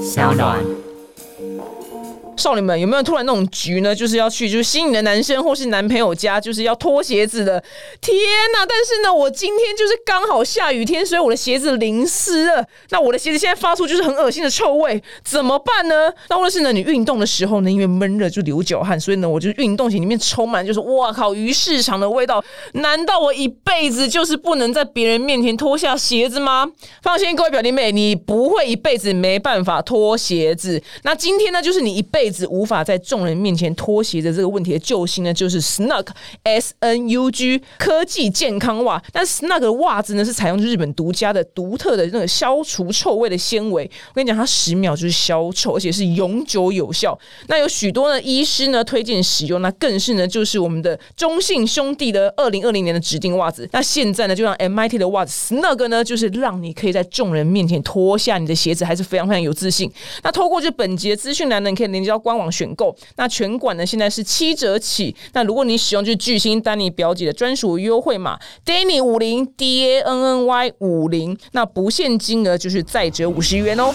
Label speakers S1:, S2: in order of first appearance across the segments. S1: 小暖。
S2: 少女们有没有突然那种局呢？就是要去就是心仪的男生或是男朋友家，就是要脱鞋子的。天呐！但是呢，我今天就是刚好下雨天，所以我的鞋子淋湿了。那我的鞋子现在发出就是很恶心的臭味，怎么办呢？那或者是呢，你运动的时候呢，因为闷热就流脚汗，所以呢，我就运动鞋里面充满就是哇靠鱼市场的味道。难道我一辈子就是不能在别人面前脱下鞋子吗？放心，各位表弟妹，你不会一辈子没办法脱鞋子。那今天呢，就是你一辈子无法在众人面前脱鞋的这个问题的救星呢，就是 Snug S N U G 科技健康袜。但 Snug 的袜子呢，是采用日本独家的独特的那个消除臭味的纤维。我跟你讲，它十秒就是消臭，而且是永久有效。那有许多呢医师呢推荐使用，那更是呢就是我们的中信兄弟的二零二零年的指定袜子。那现在呢，就让 MIT 的袜子 Snug 呢，就是让你可以在众人面前脱下你的鞋子，还是非常非常有自信。那透过这本节资讯栏呢，你可以连接到官网选购。那全馆呢现在是七折起。那如果你使用就是巨星丹尼表姐的专属优惠码 Danny 五零 D A N N Y 五零，那不限金额就是再折五十元哦。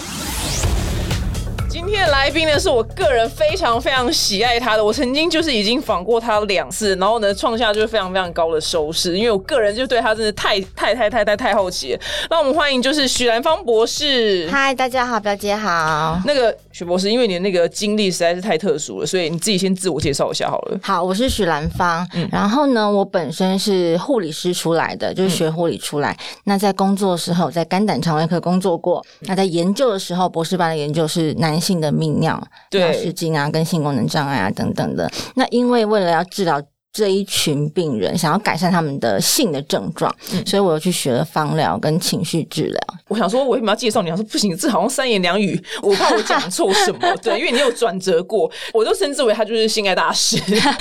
S2: 今天的来宾呢，是我个人非常非常喜爱他的。我曾经就是已经访过他两次，然后呢，创下就是非常非常高的收视，因为我个人就对他真的太太太太太太好奇了。那我们欢迎就是许兰芳博士。
S3: 嗨，大家好，表姐好。
S2: 那个许博士，因为你的那个经历实在是太特殊了，所以你自己先自我介绍一下好了。
S3: 好，我是许兰芳。然后呢，我本身是护理师出来的，就是学护理出来。那在工作的时候，在肝胆肠胃科工作过。那在研究的时候，博士班的研究是男性的泌尿、
S2: 对
S3: 尿失禁啊，跟性功能障碍啊等等的。那因为为了要治疗。这一群病人想要改善他们的性的症状，所以我又去学了芳疗跟情绪治疗。
S2: 我想说，我为什么要介绍你？我说不行，这好像三言两语，我怕我讲错什么。对，因为你有转折过，我就称之为他就是性爱大师。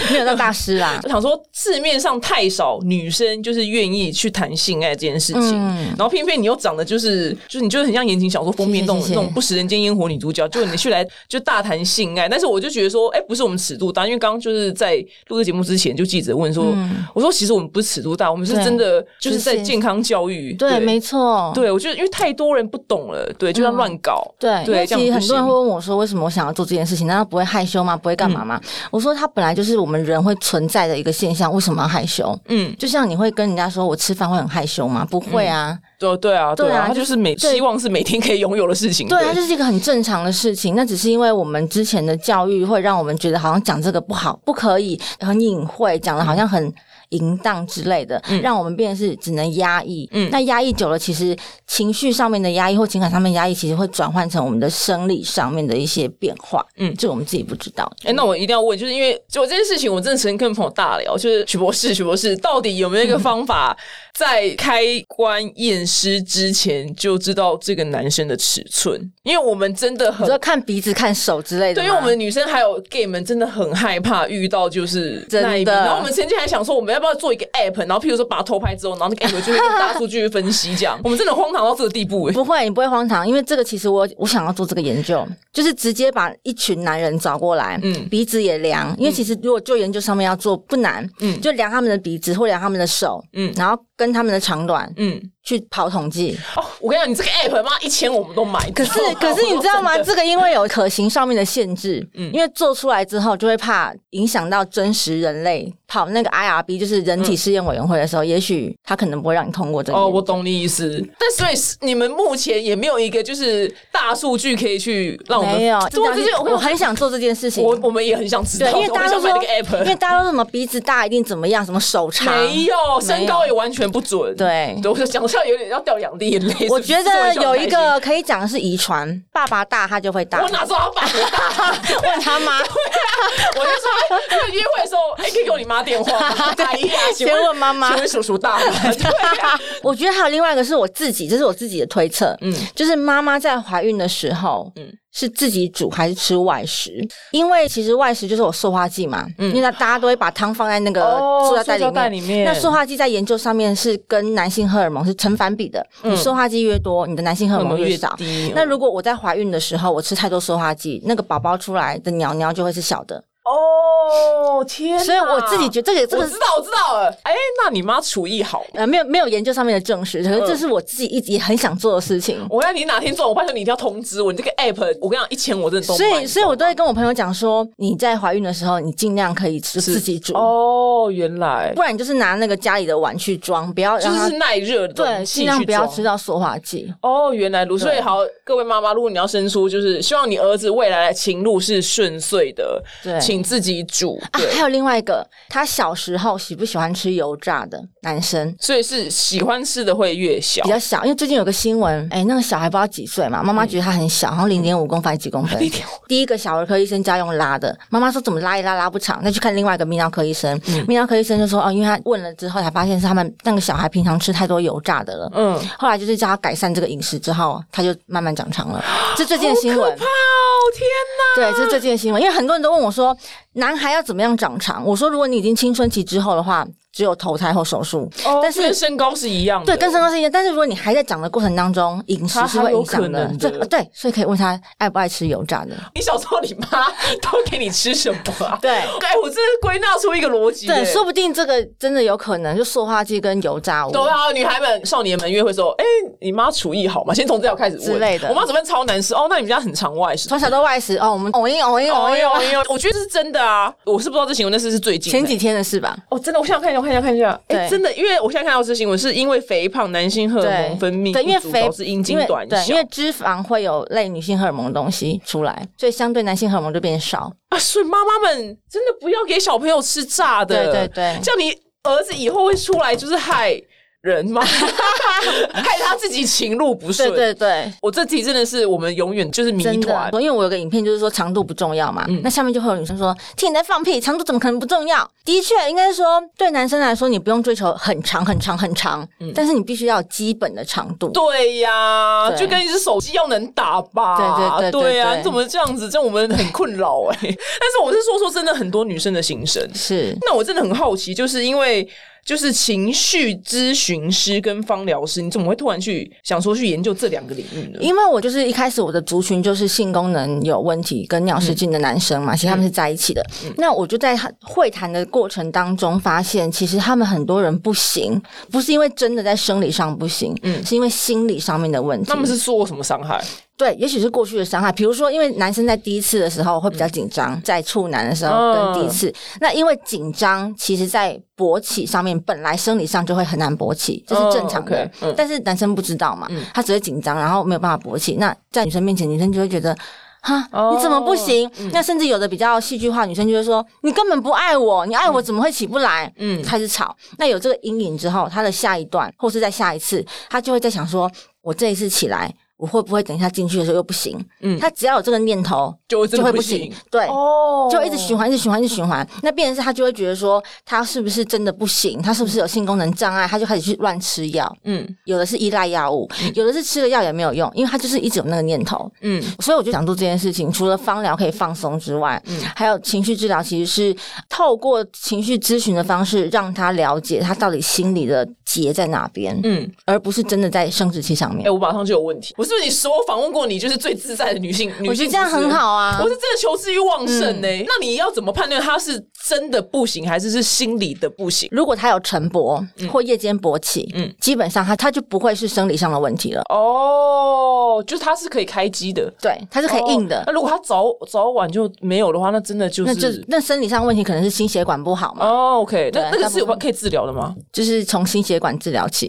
S3: 没有到大师 啦，
S2: 我想说，市面上太少女生就是愿意去谈性爱这件事情，
S3: 嗯
S2: 然后偏偏你又长得就是，就是你就是很像言情小说封面那种那
S3: 谢谢谢谢
S2: 种不食人间烟火女主角，就你去来就大谈性爱，但是我就觉得说，哎、不是我们尺度大，因为刚刚就是在录这节目之前，就记者问说，我说其实我们不是尺度大，我们是
S3: 嗯对
S2: 真的就是
S3: 就是
S2: 在健康教育，
S3: 对，没错，
S2: 对，我觉得因为太多人不懂了，对，就像乱搞，
S3: 对，因
S2: 对，
S3: 为
S2: 这
S3: 其
S2: 样
S3: 实
S2: 不
S3: 很
S2: 行嗯
S3: 多人会问我说，为什么我想要做这件事情？难道不会害羞吗？不会干嘛吗？我说，它本来就是我们人会存在的一个现象，为什么要害羞？
S2: 嗯，
S3: 就像你会跟人家说我吃饭会很害羞吗？不会啊，
S2: 对对啊，对
S3: 对
S2: 啊
S3: 啊，
S2: 他就是每
S3: 对
S2: 希望是每天可以拥有的事情，
S3: 对啊，这是一个很正常的事情。那只是因为我们之前的教育会让我们觉得好像讲这个不好，不可以，很隐晦，讲的好像很。淫荡之类的，让我们变得是只能压抑。
S2: 嗯
S3: 那压抑久了，其实情绪上面的压抑或情感上面的压抑，其实会转换成我们的生理上面的一些变化。
S2: 嗯
S3: 嗯，这我们自己不知道。
S2: 哎、那我一定要问，就是因为就我这件事情，我真的曾经跟朋友大聊，就是许博士，许博士到底有没有一个方法， 在开棺验尸之前就知道这个男生的尺寸？因为我们真的
S3: 你
S2: 很
S3: 说看鼻子、看手之类的
S2: 对，
S3: 吗，
S2: 因为我们女生还有 gay 们真的很害怕遇到就是
S3: 真的
S2: 那一名然后我们曾经还想说，我们要不要做一个 app，然后譬如说把它偷拍之后，然后那个 app 就会用大数据去分析这 样。我们真的荒唐到这个地步、 欸，
S3: 不会，你不会荒唐，因为这个其实我我想要做这个研究，就是直接把一群男人找过来，
S2: 嗯
S3: 嗯，鼻子也量，因为其实如果就研究上面要做不难，
S2: 嗯
S3: 嗯，就量他们的鼻子或量他们的手，
S2: 嗯
S3: 嗯，然后跟他们的长短
S2: 嗯，
S3: 去跑统 计。
S2: 哦，我跟你讲，你这个 app 妈一千我们都买，
S3: 可是可是你知道吗？
S2: 真的
S3: 这个因为有可行上面的限制，
S2: 嗯
S3: 嗯，因为做出来之后就会怕影响到真实人类跑那个 IRB，就是人体试验委员会的时候，也许他可能不会让你通过这个研
S2: 嗯哦，
S3: 究。
S2: 我懂你意思。但所以是你们目前也没有一个就是大数据可以去让我们
S3: 没有，
S2: 对，我就是
S3: 我
S2: 我
S3: 很想做这件事情。
S2: 我我们也很想知道，
S3: 对，因为
S2: 我
S3: 大
S2: 们
S3: 家都
S2: 想
S3: 说
S2: 买那个，
S3: 因
S2: app。
S3: 为大家都说什么鼻子大一定怎么样，什么手长。
S2: 没有，身高也完全不准。
S3: 对
S2: 对我就讲笑有点要掉两滴眼泪。
S3: 我
S2: 是不是
S3: 觉得有一，
S2: 是
S3: 个可以讲的是遗传，爸爸大他就会大。
S2: 我很开心我哪知道他爸多大？
S3: 问他妈，
S2: 我就说，哎那个约会的时候，哎，可以给我你妈电话 吗？阿姨啊，请
S3: 先问妈妈
S2: 请。问叔叔 大吗？对啊，
S3: 我觉得还有另外一个是我自己，这是我自己的推测，
S2: 嗯
S3: 嗯，就是妈妈在怀孕的时候，
S2: 嗯
S3: 嗯。是自己煮还是吃外食？因为其实外食就是我塑化剂嘛，
S2: 嗯
S3: 因为大家都会把汤放在那个
S2: 哦
S3: 呃塑料袋里
S2: 塑胶
S3: 面。
S2: 袋里面
S3: 那塑化剂在研究上面是跟男性荷尔蒙是成反比的，
S2: 嗯
S3: 你塑化剂越多，你的男性荷尔蒙越少。
S2: 低
S3: 那如果我在怀孕的时候我吃太多塑化剂，那个宝宝出来的鸟鸟就会是小的。
S2: 哦，哦，天哪！
S3: 所以我自己觉得这个这
S2: 我
S3: 个
S2: 知道，我知道了。哎，那你妈厨艺好吗？
S3: 呃没有没有研究上面的证实，可是这是我自己一直也很想做的事情。
S2: 嗯我要你哪天做，我拜托你一定要通知我。你这个 app，我跟你讲，一千我真的都
S3: 所
S2: 买
S3: 以，所以我都会跟我朋友讲说，你在怀孕的时候，你尽量可以吃自己煮，
S2: 哦，原来
S3: 不然你就是拿那个家里的碗去装，不要
S2: 就
S3: 让它
S2: 是耐热的
S3: 对，
S2: 东西
S3: 尽量
S2: 去
S3: 不要
S2: 装
S3: 吃到塑化剂。
S2: 哦，原来如此所以
S3: 对
S2: 好，各位妈妈，如果你要生出，就是希望你儿子未来的情路是顺遂的，
S3: 对
S2: 请自己煮，
S3: 啊
S2: 对，，
S3: 还有另外一个，他小时候喜不喜欢吃油炸的男生？
S2: 所以是喜欢吃的会越小
S3: 比。较小，因为最近有个新闻，哎、那个小孩不知道几岁嘛，妈妈觉得他很小，好像嗯零点五公分还是几公分。 第一个小儿科医生家用拉的，妈妈说怎么拉一拉拉不长，再去看另外一个泌尿科医生，泌尿科医生就说哦，因为他问了之后才发现是他们那个小孩平常吃太多油炸的了。
S2: 嗯，
S3: 后来就是叫他改善这个饮食之后，他就慢慢长 长了。这最近的新闻，
S2: 哦天哪！
S3: 对，这是最近的新闻。因为很多人都问我说，男孩要怎么样长长？我说，如果你已经青春期之后的话，只有投胎或手术。
S2: 哦，
S3: 但是
S2: 跟身高是一样的，
S3: 对，跟身高是一样，但是如果你还在长的过程当中，饮食
S2: 它
S3: 是
S2: 还
S3: 会
S2: 有
S3: 影
S2: 可
S3: 响的
S2: 能。
S3: 对
S2: 的
S3: 对，所以可以问他爱不爱吃油炸的。
S2: 你小时候你妈都给你吃什么啊？
S3: 对
S2: 哎，我真是归纳出一个逻辑耶。
S3: 对，说不定这个真的有可能，就塑化剂跟油炸物。
S2: 都要啊女孩们、少年们约会说：“哎、你妈厨艺好吗？”先从这条开始问
S3: 之类的
S2: 我妈煮饭超难吃哦，那你们家很常外食？
S3: 从小到外食哦，我们偶一偶一偶
S2: 哎
S3: 一
S2: 呦哎呦，我觉得这是真的啊！我是不知道这新闻，但是是最近的
S3: 前几天的事吧？
S2: 哦，真的，我想看一下，我看一下，看一下。哎、
S3: 对
S2: 真的，因为我现在看到这新闻，是因为肥胖，男性荷尔
S3: 对
S2: 蒙，分泌
S3: 对，因为
S2: 不足
S3: 肥
S2: 导致阴茎
S3: 因为
S2: 短
S3: 对，
S2: 小
S3: 因为脂肪会有类女性荷尔蒙的东西出来，所以相对男性荷尔蒙就变少。
S2: 啊，所以妈妈们真的不要给小朋友吃炸的，
S3: 对对对
S2: 这样你儿子以后会出来就是害人 吗？害他自己情路不顺。
S3: 对对对，
S2: 我这题真的是我们永远就是谜
S3: 真的
S2: 团，，嗯
S3: 因为我有个影片，就是说长度不重要嘛。那下面就会有女生说：“听你在放屁，长度怎么可能不重要？”的确，应该说对男生来说，你不用追求很长、很长、很长，但是你必须要有基本的长度。
S2: 嗯对呀，
S3: 对
S2: 就跟你是手机要能打吧，
S3: 对对对对
S2: 呀，
S3: 对
S2: 你怎么这样子？这样我们很困扰 哎、但是我是说说真的，很多女生的心声。
S3: 是
S2: 那我真的很好奇，就是因为就是情绪咨询师跟芳疗师，你怎么会突然去想说去研究这两个领域呢？
S3: 因为我就是一开始我的族群就是性功能有问题跟尿失禁的男生
S2: 嗯
S3: 嘛，其实他们是在一起的。那我就在他会谈的过程当中发现，其实他们很多人不行，不是因为真的在生理上不行，是因为心理上面的问题。
S2: 他们是受过什嗯么伤害？
S3: 对，也许是过去的伤害，比如说，因为男生在第一次的时候会比较紧张，在处男的时候
S2: 嗯
S3: 跟第一次，那因为紧张，其实在勃起上面本来生理上就会很难勃起，这是正常
S2: 哦
S3: 的。
S2: ，OK，嗯嗯
S3: 但是男生不知道嘛，他只会紧张，然后没有办法勃起。那在女生面前，女生就会觉得。哈，
S2: 哦
S3: 你怎么不行？那甚至有的比较戏剧化，女生就会说：“你根本不爱我，你爱我怎么会起不来？”
S2: 嗯
S3: 嗯，开始吵。那有这个阴影之后，她的下一段或是在下一次，她就会在想说：“我这一次起来，我会不会等一下进去的时候又不行？”
S2: 嗯
S3: 嗯，她只要有这个念头，
S2: 就会真
S3: 就
S2: 的
S3: 会
S2: 不
S3: 不
S2: 行
S3: 行。对，
S2: 哦
S3: 就一直循环，一直循环，一直循环。那变成是他就会觉得说，他是不是真的不行？他是不是有性功能障碍？他就开始去乱吃药，
S2: 嗯
S3: 有的是依赖药物，有的是吃了药也没有用，因为他就是一直有那个念头。
S2: 嗯，
S3: 所以我就想做这件事情，除了芳疗可以放松之外，
S2: 嗯
S3: 还有情绪治疗其实是透过情绪咨询的方式，让他了解他到底心里的结在哪边，
S2: 嗯
S3: 嗯，而不是真的在生殖器上
S2: 哎、
S3: 面。
S2: 我马上就有问题。我是不是你所有访问过你就是最自在的女性？女
S3: 我觉
S2: 性
S3: 得这样
S2: 主持人
S3: 很。好啊
S2: 我。是真的求知欲旺盛呢、那你要怎么判断她是真的不行，还是是心理的不行？
S3: 如果他有晨勃或夜间勃起，
S2: 嗯
S3: 嗯，基本上他他就不会是生理上的问题了。
S2: 哦，就是她是可以开机的，
S3: 对，它是可以硬的
S2: 哦。那、如果她早早晚就没有的话，那真的就是
S3: 那就那生理上问题可能是心血管不好嘛，
S2: 哦，OK，那
S3: 对
S2: 那个
S3: 大
S2: 是有
S3: 部分
S2: 可以治疗的吗？
S3: 就是从心血管治疗起。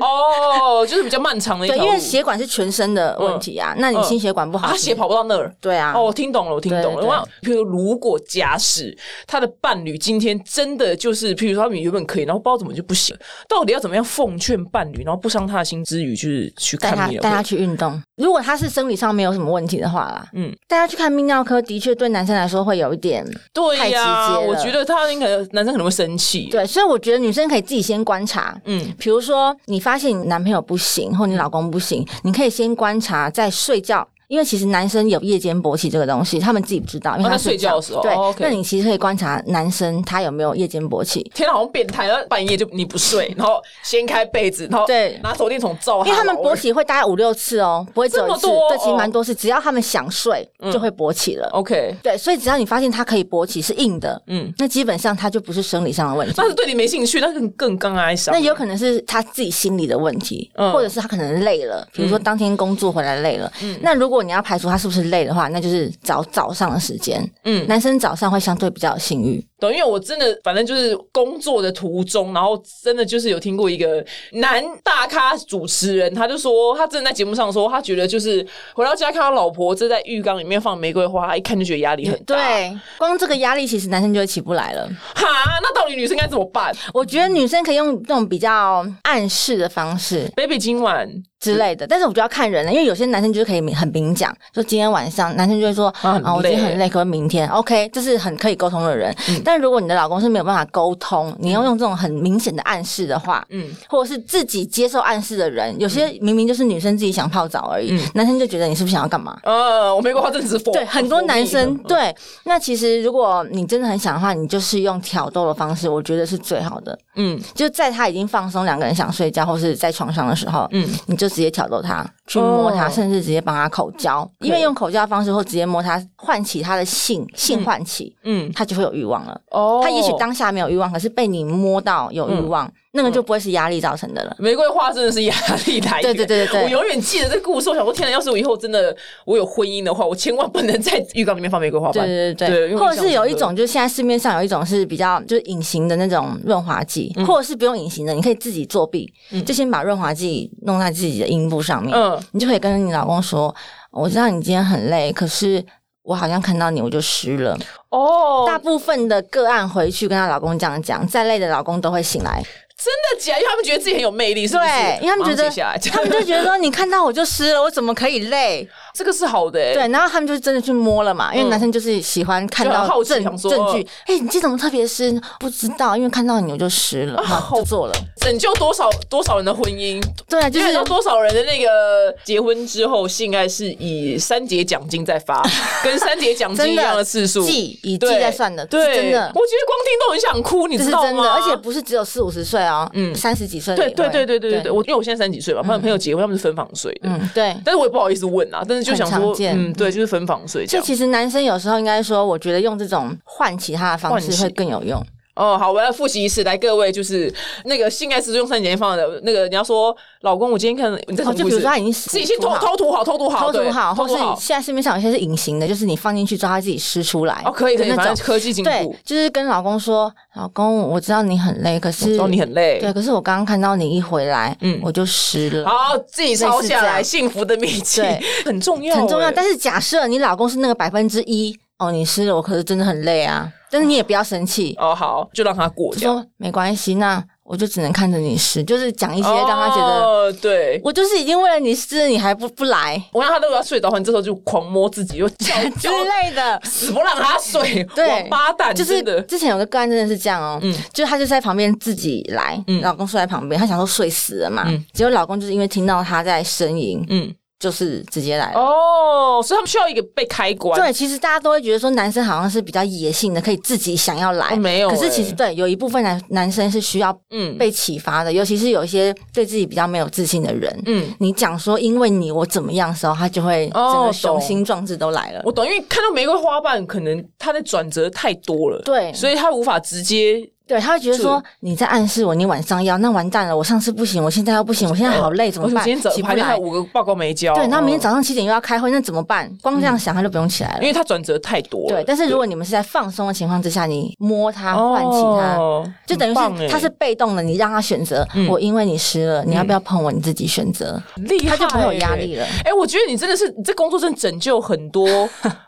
S2: 哦，就是比较漫长的一
S3: 对，
S2: 条
S3: 因
S2: 路。
S3: 为血管是全身的问题啊，那你心血管不
S2: 啊，
S3: 好，
S2: 他血跑不到那儿。
S3: 对啊
S2: 哦，，我听懂了，我听懂了。
S3: 对对
S2: 我想，譬如如果假使他的伴侣今天真的就是，譬如说他们原本可以，然后不知道怎么就不行，到底要怎么样奉劝伴侣，然后不伤他的心之余，就是去
S3: 带
S2: 看
S3: 他
S2: 泌尿
S3: 带他
S2: 科
S3: 去运动。如果他是生理上没有什么问题的话啦，
S2: 嗯
S3: 嗯，带他去看泌尿科，的确对男生来说会有一点
S2: 对呀、
S3: 太直接了
S2: 我觉得他应该男生可能会生气。
S3: 对，所以我觉得女生可以自己先观察，
S2: 嗯
S3: 嗯，比
S2: 嗯
S3: 如说你发现你男朋友不行，或你老公不行，你可以先观察在睡觉。因为其实男生有夜间勃起这个东西，他们自己不知道，因为
S2: 哦
S3: 他
S2: 在睡觉的时候
S3: 对，
S2: 哦，OK
S3: 那你其实可以观察男生他有没有夜间勃起。
S2: 天哪，好像变态！然后半夜就你不 睡，然后掀开被子，然后
S3: 对
S2: 拿手电筒照，
S3: 因为他们勃。起会大概五六次哦，不会只有一次，
S2: 这么多嗯
S3: 对，其实蛮多次。只要他们想睡，就会勃起了。
S2: OK，
S3: 对，所以只要你发现它可以勃起是硬的，
S2: 嗯
S3: 嗯，那基本上它就不是生理上的 问题
S2: 那。是对你没兴趣，那更更更哀伤。
S3: 那有可能是他自己心理的问题，
S2: 嗯
S3: 或者是他可能累了，比如说当天工作回来累了。那如果你要排除他是不是累的话，那就是找早上的时间。
S2: 嗯
S3: 嗯，男生早上会相对比较有性欲。
S2: 对，因为我真的反正就是工作的途中，然后真的就是有听过一个男大咖主持人，他就说他真的在节目上说，他觉得就是回到家看到老婆正在浴缸里面放玫瑰花，他一看就觉得压力很大。，
S3: 嗯对，光这个压力其实男生就会起不来了。
S2: 哈，那到底女生该怎么办
S3: 我觉得女生可以用那种比较暗示的方式
S2: ？baby 今晚
S3: 之类的，但是我觉得要看人了，啊因为有些男生就是可以明很明讲，就今天晚上男生就会说
S2: 啊很
S3: 我今天
S2: 累
S3: 很累，可不可以明天？OK，这是很可以沟通的人。但如果你的老公是没有办法沟通，你要用这种很明显的暗示的话，
S2: 嗯
S3: 嗯，或者是自己接受暗示的人，有些明明就是女生自己想泡澡而已，男生就觉得你是不是想要干嘛？
S2: 呃，我玫瑰花正值否
S3: 对，很多男生
S2: 否
S3: 对。那其实如果你真的很想的话，你就是用挑逗的方式，我觉得是最好的。
S2: 嗯
S3: 就在他已经放松，两个人想睡觉或是在床上的时候，
S2: 嗯
S3: 嗯，你就直接挑逗他，去摸他，
S2: 哦
S3: 甚至直接帮他口交，因为用口交的方式或直接摸他，唤起他的性性唤起，
S2: 嗯
S3: 他就会有欲望了。
S2: 哦，
S3: 他也许当下没有欲望，可是被你摸到有欲望，那个就不会是压力造成的了。
S2: 玫瑰花真的是压力来源。
S3: 对对对对对
S2: 我永远记得这故事。我想说，天哪，要是我以后真的我有婚姻的话，我千万不能在浴缸里面放玫瑰花瓣。
S3: 对对对
S2: 对因为我
S3: 或者是有一
S2: 想
S3: 种，就是现在市面上有一种是比较就是隐形的那种润滑剂，或者是不用隐形的，你可以自己作弊，就先把润滑剂弄在自己的阴部上面，
S2: 嗯
S3: 你就可以跟你老公说，我知道你今天很累，可是。我好像看到你，我就湿了。
S2: 哦，
S3: 大部分的个案回去跟她老公这样讲，再累的老公都会醒来。
S2: 真的假的？因为他们觉得自己很有魅力，是不是？
S3: 对，因为他们觉
S2: 马上
S3: 得
S2: 写下来，
S3: 他们就觉得说，你看到我就湿了，我怎么可以累？
S2: 这个是好的、欸。
S3: 对，然后他们就真的去摸了嘛，因为男生就是喜欢看
S2: 嗯就很好
S3: 到
S2: 奇
S3: 证
S2: 想说
S3: 证据。哎、你这怎么特别湿？不知道，因为看到你我就湿
S2: 啊
S3: 了，好就做了。
S2: 拯救多少多少人的婚姻，
S3: 对啊，就
S2: 因为
S3: 是
S2: 有多少人的那个结婚之后性爱是以三节奖金在 发，跟三节奖金一
S3: 真的
S2: 样的次数。
S3: 记以记
S2: 对
S3: 在算的，
S2: 对，
S3: 是真的
S2: 我，觉得光听都很想哭，你
S3: 这
S2: 知
S3: 是
S2: 道吗？
S3: 真的，而且不是只有四五十岁哦，嗯，三十几岁的
S2: 对
S3: 也
S2: 对
S3: 会
S2: 对对对对对，我因为我现在三十几岁嘛，朋友朋友结婚他们是分房睡的，
S3: 嗯对。
S2: 但是我也不好意思问啊，但是就想
S3: 很
S2: 说
S3: 常，见
S2: 嗯，对，就是分房睡这
S3: 就
S2: 样。
S3: 其实男生有时候应该说，我觉得用这种唤起他的方式
S2: 唤起
S3: 会更有用。
S2: 哦，好，我要复习一次，来各位就是那个性爱时钟三节放的那个，你要说老公，我今天看你在什么
S3: 哦，就比如说他已经
S2: 自己先偷偷涂好，偷涂好，
S3: 偷
S2: 对
S3: 涂好，
S2: 偷
S3: 或
S2: 涂
S3: 是
S2: 好。
S3: 现在市面上有些是隐形的，就是你放进去之后它自己湿出来。
S2: 哦，可以可以，
S3: 就那
S2: 反
S3: 种
S2: 正科技进
S3: 对
S2: 步，，
S3: 就是跟老公说，老公，我知道你很累，可是
S2: 然后哦你很累。
S3: 对，可是我刚刚看到你一回来，
S2: 嗯
S3: 嗯，我就湿了。
S2: 好，自己抄下来，
S3: 类
S2: 幸福的秘籍
S3: 对
S2: 很重要欸，
S3: 很重要，但是假设你老公是那个百分之一，哦，你湿了，我可是真的很累啊。但是你也不要生气，
S2: 哦，好，就让他过
S3: 就
S2: 这样。
S3: 说没关系，那我就只能看着你湿，就是讲一些让他觉得
S2: 哦，对，
S3: 我就是已经为了你湿了，你还不不来
S2: 我让他如果要睡着的话，你这时候就狂摸自己，又叫
S3: 之
S2: 叫
S3: 类的。
S2: 死不让他睡，
S3: 对
S2: 王八蛋，
S3: 就是
S2: 真的。嗯
S3: 之前有个个案真的是这样哦，就是她就在旁边自己来，老公睡在旁边，她想说睡死了嘛，结果老公就是因为听到她在呻吟，
S2: 嗯，
S3: 就是直接来了。
S2: 哦，所以他们需要一个被开关。
S3: 哎对，其实大家都会觉得说男生好像是比较野性的，可以自己想要来，
S2: 哦没有
S3: 可
S2: 欸
S3: 是其实对，有一部分男男生是需要
S2: 嗯
S3: 被启发的，尤其是有一些对自己比较没有自信的人，
S2: 嗯
S3: 嗯，你讲说因为你我怎么样的时候，他就会
S2: 哦
S3: 整
S2: 懂
S3: 个雄心壮志都来了。
S2: 我懂，因为看到玫瑰花瓣，可能它的转折太多了，
S3: 对
S2: 所以他无法直接。哦
S3: 对，他会觉得说你在暗示我，你晚上要，那完蛋了，我上次不行，我现在要不行，我现在好累，怎
S2: 我
S3: 么办？
S2: 今天早
S3: 起不
S2: 排练还
S3: 来
S2: 有。五个报告没交，
S3: 对，那明天
S2: 嗯
S3: 早上七点又要开会，那怎么办？光这样想他就不用起来
S2: 哦因
S3: 了。
S2: 为它转折太多了。
S3: 对，但是如果你们是在放松的情况之下，你摸他、唤起他，
S2: 哦，
S3: 就等
S2: 很
S3: 于
S2: 棒欸嗯
S3: 是他是被动的，你让他选择。我因为你湿了，你要不要碰我？你自己选择，
S2: 厉害欸，
S3: 他就不会有压力了
S2: 哎，我觉得你真的是你这工作真的拯救很 多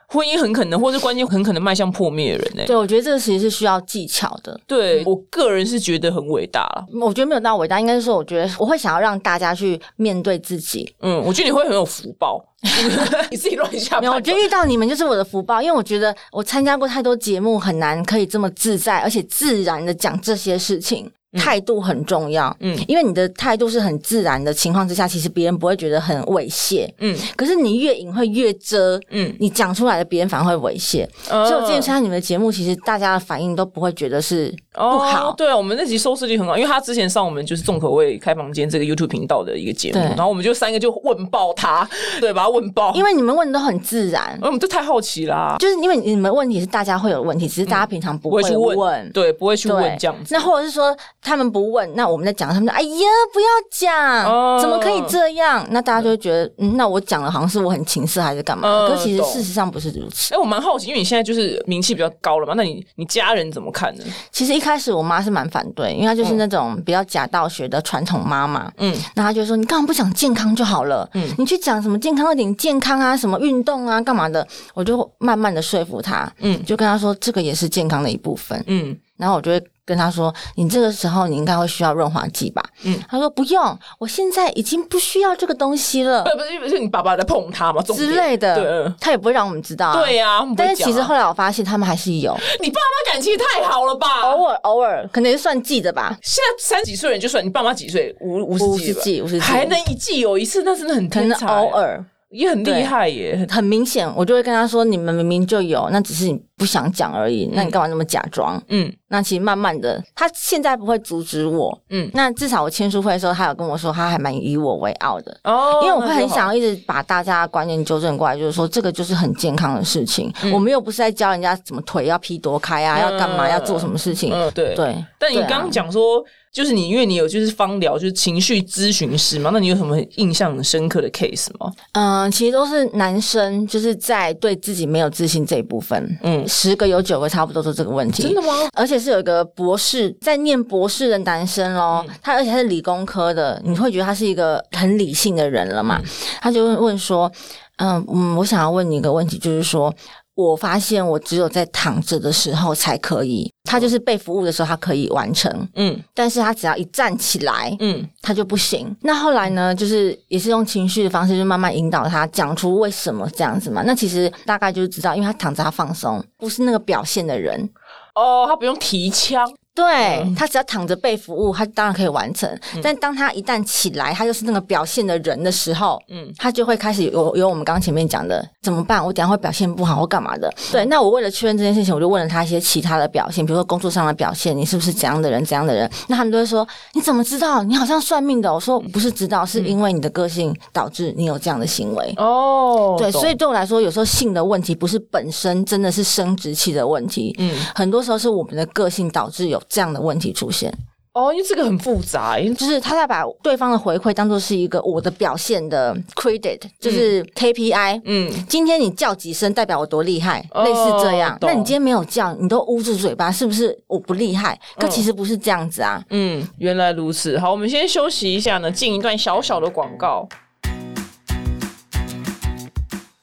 S2: 婚姻很可能，或是关系很可能迈向破灭的人哎。
S3: 对，我觉得这个其实是需要技巧的。
S2: 对我个人是觉得很伟大了，
S3: 我觉得没有到伟大，应该是说，我觉得我会想要让大家去面对自己。
S2: 嗯，我觉得你会很有福 报， 你自己乱下判
S3: 没有，
S2: 断。
S3: 我觉得遇到你们就是我的福报，因为我觉得我参加过太多节目，很难可以这么自在而且自然的讲这些事情。态度很重要，
S2: 嗯
S3: 嗯，因为你的态度是很自然的情况之下，其实别人不会觉得很猥亵，
S2: 嗯
S3: 嗯，可是你越隐晦越遮，
S2: 嗯
S3: 嗯，你讲出来的别人反而会猥亵。
S2: 呃
S3: 所以我之前参加你们的节目，其实大家的反应都不会觉得是不好，
S2: 哦、对啊，我们那集收视率很好，因为他之前上我们就是重口味开房间这个 YouTube 频道的一个节目，
S3: 对
S2: 然后我们就三个就问爆他，对，把他问爆，
S3: 因为你们问的都很自然，
S2: 我们就太好奇啦、
S3: 就是因为你们问题是大家会有问题，只嗯是大家平常不
S2: 不
S3: 会
S2: 会去
S3: 问。
S2: 对，不会去
S3: 对，
S2: 问这样子。
S3: 那或者是说他们不问，那我们在讲，他们说：“哎呀，不要讲，
S2: 哦
S3: 怎么可以这样？”那大家就会觉得，嗯，那我讲了好像是我很情色还是干嘛？
S2: 嗯
S3: 可其实
S2: 懂
S3: 事实上不是如此。
S2: 哎、我蛮好奇，因为你现在就是名气比较高了嘛，那你你家人怎么看呢？
S3: 其实一开始我妈是蛮反对，因为她就是那种比较假道学的传统妈妈。
S2: 嗯
S3: 嗯，那她就说：“你干嘛不讲健康就好了？你去讲什么健康二点健康啊，什么运动啊，干嘛的？”我就慢慢的说服她，
S2: 嗯
S3: 嗯，就跟她说这个也是健康的一部分。
S2: 嗯，
S3: 然后我就会跟他说：“你这个时候你应该会需要润滑剂吧？”
S2: 嗯
S3: 嗯，他说：“不用，我现在已经不需要这个东西了
S2: 不不是不是你爸爸在碰他 嘛，重点
S3: 之类
S2: 对
S3: 的
S2: 嗯。”
S3: 他也不会让我们知道、啊。
S2: 对、呀、我们不会
S3: 但是其实
S2: 讲啊
S3: 后来我发现他们还是 有，
S2: 你爸妈感情也太好了吧？
S3: 偶尔偶尔可能也算记的吧，
S2: 现在三十几岁的人就算你爸妈几岁，五五
S3: 五
S2: 十
S3: 十
S2: 吧
S3: 几五十几，
S2: 还能一季有一次，那真的很
S3: 可
S2: 天
S3: 能
S2: 才，
S3: 偶尔。
S2: 也很厉害耶。
S3: 很明显，我就会跟他说：“你们明明就有，那只是你不想讲而已。那你干嘛那么假装？”
S2: 嗯
S3: 那其实慢慢的，他现在不会阻止我。
S2: 嗯，
S3: 那至少我签书会的时候，他有跟我说，他还蛮以我为傲的。
S2: 哦，
S3: 因为我会很
S2: 那就好
S3: 想要一直把大家的观念纠正过来，就是说这个就是很健康的事情。
S2: 嗯
S3: 我们又不是在教人家怎么腿要劈多开啊，要干嘛，要做什么事情。
S2: 嗯对。
S3: 对，
S2: 但你
S3: 对啊
S2: 刚刚讲说，就是你因为你有就是芳疗，就是情绪咨询师嘛，那你有什么印象很深刻的 case 吗？
S3: 嗯，其实都是男生，就是在对自己没有自信这一部分，
S2: 嗯
S3: 嗯，十个有九个差不多都这个问题。
S2: 吗？
S3: 而且是有一个博士在念博士的男生咯，
S2: 嗯
S3: 他而且他是理工科的，你会觉得他是一个很理性的人了嘛？
S2: 嗯
S3: 他就会问说，嗯嗯，我想要问你一个问题，就是说。我发现我只有在躺着的时候才可以，他就是被服务的时候他可以完成，
S2: 嗯
S3: 但是他只要一站起来，
S2: 嗯
S3: 他就不行。那后来呢，就是也是用情绪的方式，就慢慢引导他讲出为什么这样子嘛。那其实大概就是知道，因为他躺着他放松，不是那个表现的人，
S2: 哦，他不用提枪，
S3: 对、
S2: 嗯
S3: 他只要躺着被服务，他当然可以完成。但当他一旦起来，他就是那个表现的人的时候，
S2: 嗯
S3: 嗯，他就会开始有有我们刚刚前面讲的怎么办？我等一下会表现不好，或干嘛的？
S2: 嗯
S3: 对，那我为了确认这件事情，我就问了他一些其他的表现，比如说工作上的表现，你是不是怎样的人，怎样的人？那他们都会说你怎么知道？你好像算命的哦。我说不是知道，是因为你的个性导致你有这样的行为。
S2: 嗯哦，
S3: 对，
S2: 懂
S3: 所以对我来说，有时候性的问题不是本身真的是生殖器的问题，
S2: 嗯
S3: 嗯，很多时候是我们的个性导致有这样的问题出现。
S2: 哦，因为这个很复杂，因为
S3: 就是他在把对方的回馈当做是一个我的表现的 credit，就是 KPI。
S2: 嗯
S3: 今天你叫几声，代表我多厉害，
S2: 哦
S3: 类似这样。
S2: 懂
S3: 那你今天没有叫，你都捂住嘴巴，是不是我不厉害？可其实不是这样子啊。
S2: 嗯，原来如此。好，我们先休息一下呢，进一段小小的广告。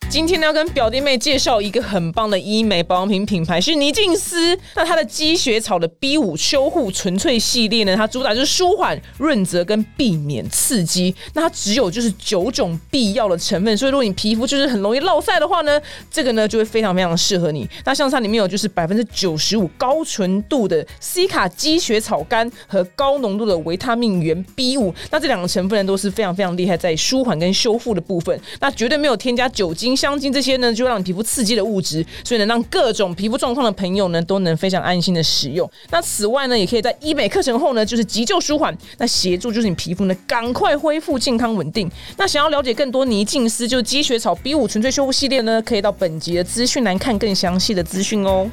S2: 今天呢，要跟表弟妹介绍一个很棒的医美保养品品牌，是尼净丝。那它的积雪草的 B 五修护纯粹系列呢，它主打就是舒缓、润泽跟避免刺激。那它只有就是九种必要的成分，所以如果你皮肤就是很容易落晒的话呢，这个呢就会非常非常适合你。那像它里面有就是百分之九十五高纯度的 C 卡积雪草苷和高浓度的维他命原 B 五，那这两个成分呢都是非常非常厉害在舒缓跟修复的部分。那绝对没有添加酒精、香精这些呢，就会让你皮肤刺激的物质，所以呢，让各种皮肤状况的朋友呢，都能非常安心的使用。那此外呢，也可以在医美课程后呢，就是急救舒缓，那协助就是你皮肤呢赶快恢复健康稳定。那想要了解更多泥净丝就是积雪草 B 五纯粹修复系列呢，可以到本集的资讯栏看更详细的资讯哦。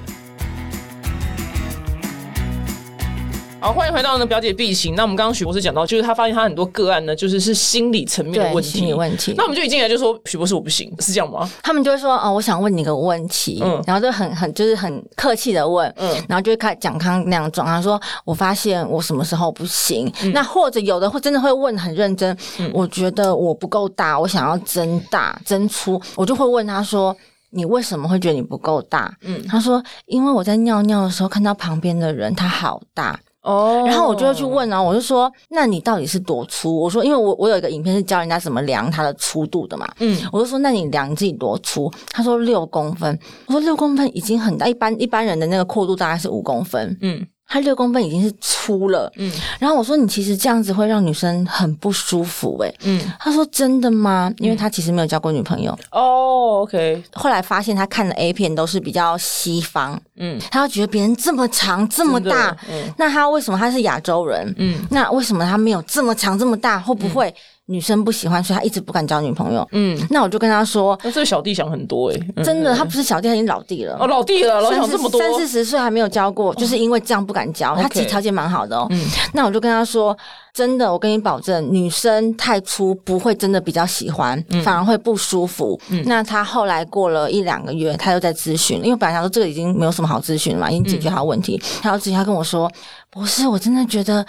S2: 好，欢迎回到呢表姐必行。那我们刚刚许博士讲到，就是他发现他很多个案呢，就是是心理层面的
S3: 对，
S2: 问题
S3: 心理。问题
S2: 那。我们就一进来就说许博士我不行，是这样吗？
S3: 他们就会说：“哦，我想问你个问题。
S2: 嗯
S3: 然后就很很就是很客气的问，
S2: 嗯
S3: 然后就会开讲康那样状况，说我发现我什么时候不行。
S2: 嗯
S3: 那或者有的会真的会问很认真，我觉得我不够大，我想要增大增粗，我就会问他说。你为什么会觉得你不够大？嗯，他说，因为我在尿尿的时候看到旁边的人他好大，
S2: 哦
S3: 然后我就会去问啊，我就说，那你到底是多粗？我说，因为我我有一个影片是教人家怎么量它的粗度的嘛，
S2: 嗯
S3: 嗯，我就说，那你量自己多粗？他说六公分，我说六公分已经很大，一般一般人的那个阔度大概是五公分，
S2: 嗯
S3: 嗯。它六公分已经是粗了。嗯，然后我说你其实这样子会让女生很不舒服、欸，诶，嗯，他说真的吗？因为他其实没有交过女朋友，
S2: 哦，OK，
S3: 后来发现他看的 A 片都是比较西方，嗯，他就觉得别人这么长这么大，那他为什么他是亚洲人？嗯，那为什么他没有这么长这么大？会不会女生不喜欢，所以他一直不敢交女朋友？嗯，那我就跟他说，
S2: 那这个小弟想很多哎、欸，嗯
S3: 真的，他不是小弟，他已经老弟了
S2: 哦，。老弟了，老
S3: 三
S2: 想
S3: 十
S2: 这么多，
S3: 三四十岁还没有交过，就是因为这样不敢交。他
S2: OK 嗯
S3: 其实条件蛮好的哦。那我就跟他说，真的，我跟你保证，女生太粗不会真的比较喜欢，
S2: 嗯
S3: 反而会不舒服。那他后来过了一两个月，他又在咨询，因为本来想说这个已经没有什么好咨询了嘛，已经解
S2: 嗯
S3: 决他的问题。他要咨询，他跟我说，不是，我真的觉得。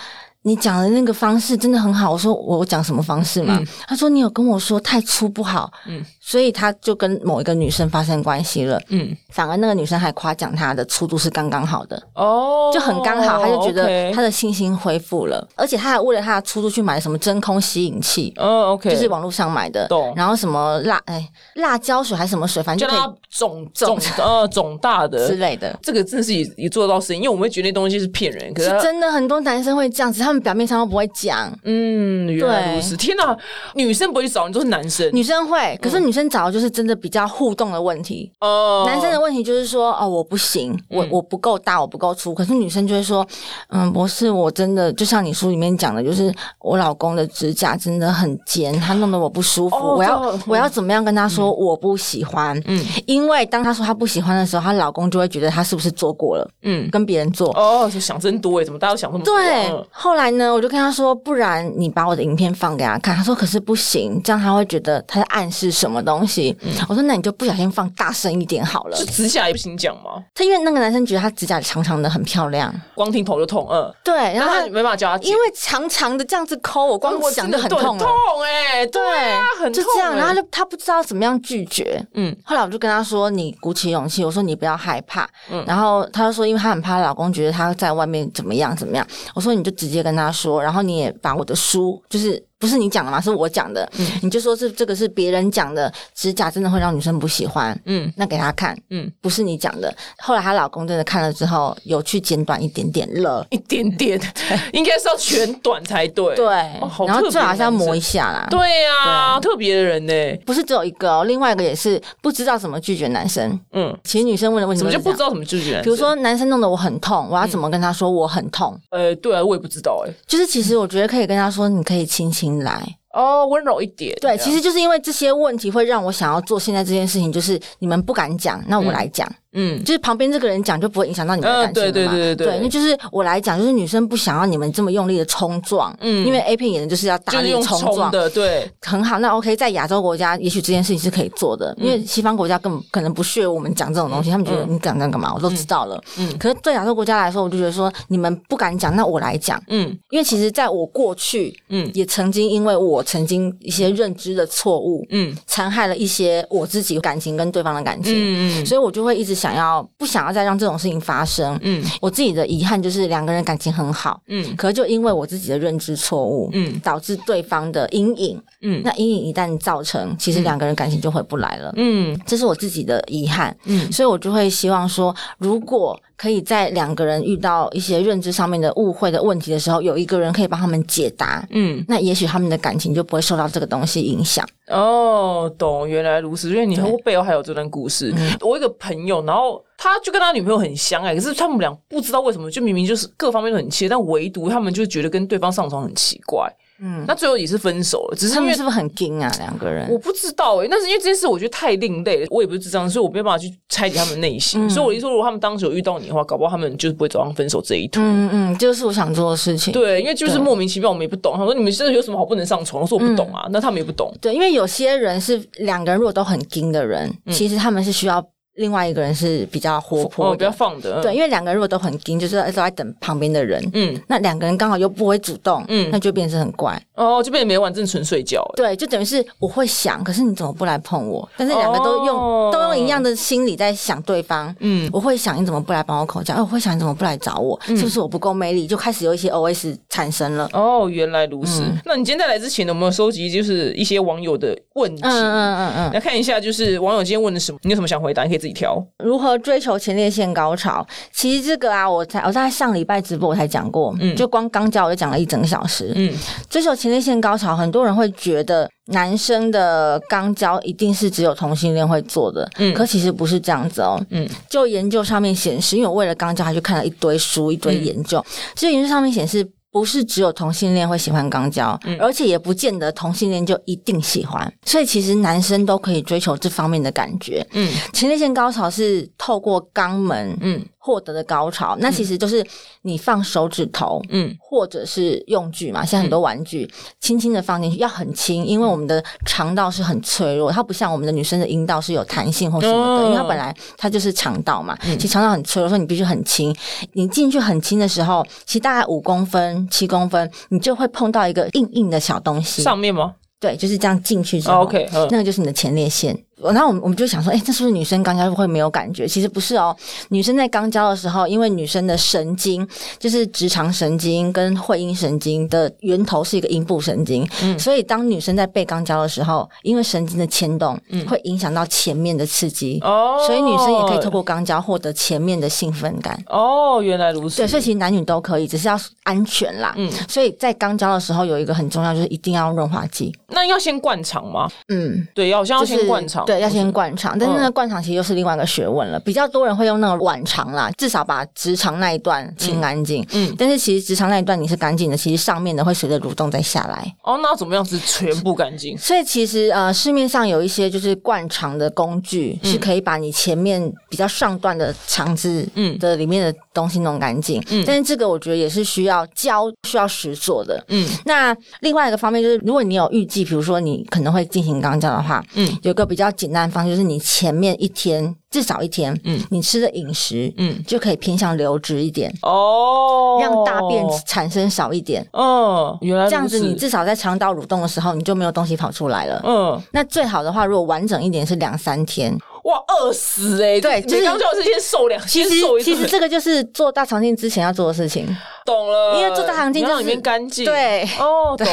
S3: 你讲的那个方式真的很好，我说我我讲什么方式嘛？
S2: 嗯
S3: 他说你有跟我说太粗不好，所以他就跟某一个女生发生关系了，
S2: 嗯，
S3: 反而那个女生还夸奖他的粗度是刚刚好的，
S2: 哦，
S3: 就很刚好，他就觉得
S2: OK
S3: 他的信心恢复了，而且他还为了他的粗度去买什么真空吸引器。
S2: 嗯，OK，
S3: 就是网络上买的
S2: 懂，啊
S3: 然后什么辣哎辣椒水还是什么水，反
S2: 叫
S3: 正就可
S2: 他肿肿呃肿大
S3: 以之
S2: 的。
S3: 类的。
S2: 这个真的是也也做得到事情，因为我们会觉得那东西是骗人，可是
S3: 是
S2: 他
S3: 真的很多男生会这样子，他们表面上都不会讲，
S2: 啊嗯，原来
S3: 对
S2: 如此。天哪，女生不会去找你，都是男生
S3: 女生会，可是
S2: 嗯
S3: 女生找的就是真的比较互动的问题。
S2: 哦。嗯
S3: 男生的问题就是说，哦，我不行，我我不够大，我不够粗。可是女生就会说，嗯，博士，我真的就像你书里面讲的，就是我老公的指甲真的很尖，他弄得我不舒服。
S2: 哦嗯
S3: 我要
S2: 这样
S3: 我要怎么样跟他说我不喜欢？嗯，因为当他说他不喜欢的时候，她老公就会觉得他是不是做过了，
S2: 嗯
S3: 嗯，跟别人做。
S2: 哦，就想真多哎，怎么大家都想那么多啊？
S3: 对，后来呢，我就跟他说，不然你把我的影片放给他看。他说，可是不行，这样他会觉得他在暗示什么东西。
S2: 嗯
S3: 我说，那你就不小心放大声一点好了
S2: 就。指甲也不行讲嘛，
S3: 他因为那个男生觉得他指甲长长的很漂亮，
S2: 光听头就痛，嗯，
S3: 对，然
S2: 然
S3: 后
S2: 后
S3: 他
S2: 没办法教他剪，
S3: 因为长长的这样子抠，我光
S2: 我
S3: 想
S2: 真
S3: 就
S2: 的
S3: 很
S2: 对
S3: 痛了啊
S2: 痛。哎，对啊，很
S3: 就
S2: 痛
S3: 这样，
S2: 欸
S3: 然后他就他不知道怎么样拒绝。
S2: 嗯
S3: 嗯，后来我就跟他说：“你鼓起勇气，我说你不要害怕。”
S2: 嗯
S3: 然后他就说：“因为他很怕老公觉得他在外面怎么样怎么样。”我说：“你就直接跟他说，然后你也把我的书，就是不是你讲的嘛，是我讲的，
S2: 嗯
S3: 你就说这这个是别人讲的，指甲真的会让女生不喜欢。”
S2: 嗯
S3: 嗯，那给他看，
S2: 嗯
S3: 嗯，不是你讲的。后来她老公真的看了之后，有去剪短一点点了。
S2: 一点点，应该是要全短才对。
S3: 对，啊
S2: 哦好
S3: 然后
S2: 特别
S3: 最好是要
S2: 男生
S3: 磨一下啦。
S2: 对呀，特别的人呢，欸
S3: 不是只有一个哦，另外一个也是不知道怎么拒绝男生。
S2: 嗯，
S3: 其实女生问的问题
S2: 怎么
S3: 都
S2: 就是
S3: 这
S2: 不
S3: 样
S2: 知道怎么嗯拒绝男生？
S3: 比如说男生弄得我很痛，我要怎么跟他说我很痛？
S2: 呃，对啊，我也不知道哎。
S3: 就是其实我觉得可以跟他说，你可以轻轻来。
S2: 哦，温柔一点。
S3: 对，其实就是因为这些问题会让我想要做现在这件事情，就是你们不敢讲，那我来讲，
S2: 嗯，
S3: 就是旁边这个人讲就不会影响到你们的
S2: 嗯
S3: 感情了嘛。
S2: 对对对对
S3: 对
S2: 对
S3: 那就是我来讲，就是女生不想要你们这么用力的冲撞，嗯，因为 A 片演的就是要
S2: 就
S3: 打
S2: 是
S3: 你
S2: 用
S3: 冲
S2: 冲
S3: 撞。
S2: 的，对，
S3: 很好，那 OK，在亚洲国家，也许这件事情是可以做的，因为西方国家根本可能不屑我们讲这种东西，他们觉得你讲那干嘛，我都知道了。嗯，可是对亚洲国家来说，我就觉得说你们不敢讲，那我来讲，
S2: 嗯
S3: 因为其实在我过去，
S2: 嗯
S3: 嗯，也曾经因为我曾经一些认知的错误，
S2: 嗯
S3: 残害了一些我自己感情跟对方的感情，
S2: 嗯嗯
S3: 所以我就会一直想要不想要再让这种事情发生。
S2: 嗯
S3: 我自己的遗憾就是两个人感情很好，
S2: 嗯
S3: 可是就因为我自己的认知错误，
S2: 嗯
S3: 导致对方的阴影，
S2: 嗯
S3: 那阴影一旦造成，其实两个人感情就回不来了。
S2: 嗯
S3: 这是我自己的遗憾，
S2: 嗯
S3: 所以我就会希望说，如果可以在两个人遇到一些认知上面的误会的问题的时候，有一个人可以帮他们解答，
S2: 嗯，
S3: 那也许他们的感情就不会受到这个东西影响。
S2: 哦，懂，原来如此。因为你和背后还有这段故事。我有一个朋友，然后他就跟他女朋友很相爱，可是他们俩不知道为什么，就明明就是各方面都很切，但唯独他们就觉得跟对方上床很奇怪。嗯，那最后也是分手了，只是
S3: 他
S2: 因
S3: 们
S2: 为
S3: 是不是很硬啊？两个人
S2: 嗯我不知道哎、欸，但是因为这件事，我觉得太另类了，我也不是智障，所以我没办法去拆解他们内心。所以我一说，如果他们当时有遇到你的话，搞不好他们就是不会走上分手这一途。
S3: 嗯嗯，就是我想做的事情。
S2: 对，因为就是莫名其妙，我们也不懂。他说你们真的有什么好不能上床？我说我不懂啊，那他们也不懂。
S3: 对，因为有些人是两个人如果都很硬的人，
S2: 嗯
S3: 其实他们是需要另外一个人是比较活
S2: 哦，
S3: 泼
S2: 不要
S3: 的。
S2: 放的。
S3: 对，，因为两个人如果都很硬，就是呃都在等旁边的人。
S2: 嗯，
S3: 那两个人刚好又不会主动，
S2: 嗯
S3: 嗯，那就变成很怪。
S2: 哦，就变得每晚真纯睡觉欸。
S3: 对，就等于是我会想，可是你怎么不来碰我？但是两个都用、
S2: 哦
S3: 都用一样的心理在想对方。
S2: 嗯
S3: 嗯，我会想你怎么不来帮我口交？哎、我会想你怎么不来找我？是不是我不够魅力？就开始有一些 OS 产生了。
S2: 哦，原来如此。
S3: 嗯
S2: 那你今天在来之前呢，有没有收集就是一些网友的问题？
S3: 嗯嗯嗯嗯。
S2: 来看一下，就是网友今天问的什么，你有什么想回答？你可以直自己挑。
S3: 如何追求前列腺高潮？其实这个啊，我才我在上礼拜直播我才讲过，
S2: 嗯
S3: 就光肛交我就讲了一整个小时。
S2: 嗯，
S3: 追求前列腺高潮，很多人会觉得男生的肛交一定是只有同性恋会做的，
S2: 嗯
S3: 可其实不是这样子哦。
S2: 嗯，
S3: 就研究上面显示，因为我为了肛交还去看了一堆书、一
S2: 嗯
S3: 堆研究，这、研究上面显示。不是只有同性恋会喜欢肛交，
S2: 嗯
S3: 而且也不见得同性恋就一定喜欢，所以其实男生都可以追求这方面的感觉。
S2: 嗯，
S3: 前列腺高潮是透过肛门
S2: 嗯
S3: 获得的高潮，那其实就是你放手指头，
S2: 嗯
S3: 或者是用具嘛，现在很多玩具，轻轻的放进去，要很轻，因为我们的肠道是很脆弱，它不像我们的女生的阴道是有弹性或什么
S2: 哦嗯
S3: 的，因为它本来它就是肠道嘛，其实肠道很脆弱，所以你必须很轻。你进去很轻的时候，其实大概五公分、七公分，你就会碰到一个硬硬的小东西，
S2: 嗯上面吗、
S3: 对，就是这样进去之后。
S2: 哦、？OK，嗯
S3: 那个就是你的前列腺。然后我们我们就想说，哎、这是不是女生肛交会没有感觉？其实不是哦，女生在肛交的时候，因为女生的神经就是直肠神经跟会阴神经的源头是一个阴部神经，
S2: 嗯
S3: 所以当女生在被肛交的时候，因为神经的牵动，会影响到前面的刺激，
S2: 嗯哦，
S3: 所以女生也可以透过肛交获得前面的兴奋感。
S2: 哦，原来如此。
S3: 对，所以其实男女都可以，只是要安全啦。
S2: 嗯
S3: 所以在肛交的时候有一个很重要，就是一定要用润滑剂。
S2: 那要先灌肠吗？
S3: 嗯，
S2: 对，要好像要
S3: 就是
S2: 先灌肠。嗯
S3: 对，要先灌肠。但是那个灌肠其实又是另外一个学问了，比较多人会用那个晚肠啦，至少把直肠那一段清干净。
S2: 嗯嗯
S3: 但是其实直肠那一段你是干净的，其实上面的会随着蠕动再下来。
S2: 哦，那要怎么样子全部干净？
S3: 所以其实呃，市面上有一些就是灌肠的工具，
S2: 嗯
S3: 是可以把你前面比较上段的肠子
S2: 嗯
S3: 的里面的东西弄干净。
S2: 嗯
S3: 但是这个我觉得也是需要教、需要实做的。
S2: 嗯
S3: 那另外一个方面就是，如果你有预计，比如说你可能会进行肛交的话，
S2: 嗯，
S3: 有一个比较简单的方式，就是你前面一天至少一天，
S2: 嗯
S3: 嗯，你吃的饮食，
S2: 嗯
S3: 嗯，就可以偏向流质一点，
S2: 哦，
S3: 让大便产生少一点，
S2: 嗯，原来如此
S3: 这样子你至少在肠道蠕动的时候，你就没有东西跑出来了。
S2: 嗯，
S3: 那最好的话，如果完整一点是两三天。
S2: 哇，饿死哎、欸！
S3: 对就是
S2: 你刚叫我是先瘦两，
S3: 其
S2: 先
S3: 实
S2: 瘦一
S3: 其实
S2: 顿
S3: 这个就是做大肠镜之前要做的事情，
S2: 懂了，
S3: 因为做大肠
S2: 你
S3: 镜
S2: 要让
S3: 就是
S2: 里面干净，
S3: 对
S2: 哦，懂。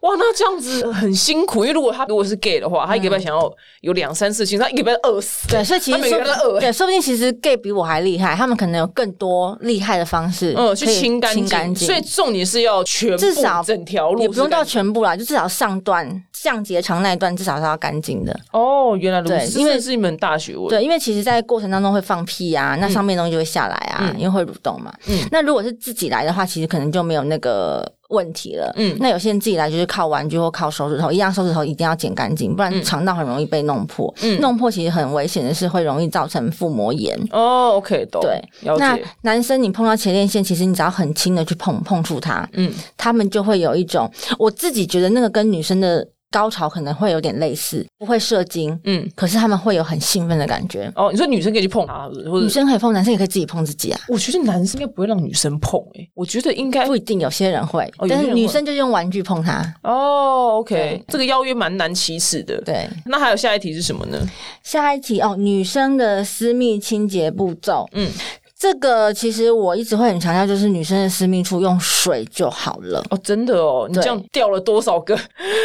S2: 哇，那这样子很辛苦，因为如果他如果是 gay 的话，他一个礼拜想要有两三次性，他一个礼拜饿死。
S3: 嗯对，所以其
S2: 他
S3: 实
S2: 每个
S3: 说
S2: 人都饿欸
S3: 对，说不定其实 gay 比我还厉害，他们可能有更多厉害的方式，
S2: 嗯，去
S3: 可以
S2: 清干
S3: 清干净，
S2: 所以重点是要全部
S3: 至少
S2: 整条路
S3: 也不用
S2: 是干
S3: 到
S2: 净
S3: 全部啦，就至少上段降结肠那一段至少是要干净的。
S2: 哦，原来如
S3: 对
S2: 此，
S3: 因为
S2: 这是一门大学问。
S3: 对，因为其实，在过程当中会放屁啊，那上面的东西就会下来啊，因为会蠕动嘛。
S2: 嗯
S3: 那如果是自己来的话，其实可能就没有那个问题了。
S2: 嗯
S3: 那有些人自己来就是靠玩具或靠手指头，一样手指头一定要剪干净，不然肠道很容易被弄破。
S2: 嗯
S3: 弄破其实很危险的是会容易造成腹膜炎。
S2: 哦，OK，懂，
S3: 对，
S2: 了
S3: 那
S2: 解。
S3: 男生你碰到前列腺，其实你只要很轻的去碰碰触它，
S2: 嗯，
S3: 他们就会有一种，我自己觉得那个跟女生的高潮可能会有点类似，不会射精，
S2: 嗯，
S3: 可是他们会有很兴奋的感觉。
S2: 哦，你说女生可以去碰他，或
S3: 女
S2: 者
S3: 生可以碰，男生也可以自己碰自己啊，
S2: 我觉得男生应该不会让女生碰、欸，我觉得应该
S3: 不一定，有些人会，
S2: 哦有些人
S3: 但
S2: 会
S3: 是女生就用玩具碰他。
S2: 哦，OK，
S3: 对
S2: 这个邀约蛮难启齿的。
S3: 对，
S2: 那还有下一题是什么呢？
S3: 下一题哦，女生的私密清洁步骤，
S2: 嗯
S3: 嗯。这个其实我一直会很强调，就是女生的私密处用水就好了。
S2: 哦，真的哦，你
S3: 对哦
S2: 这样掉了多少个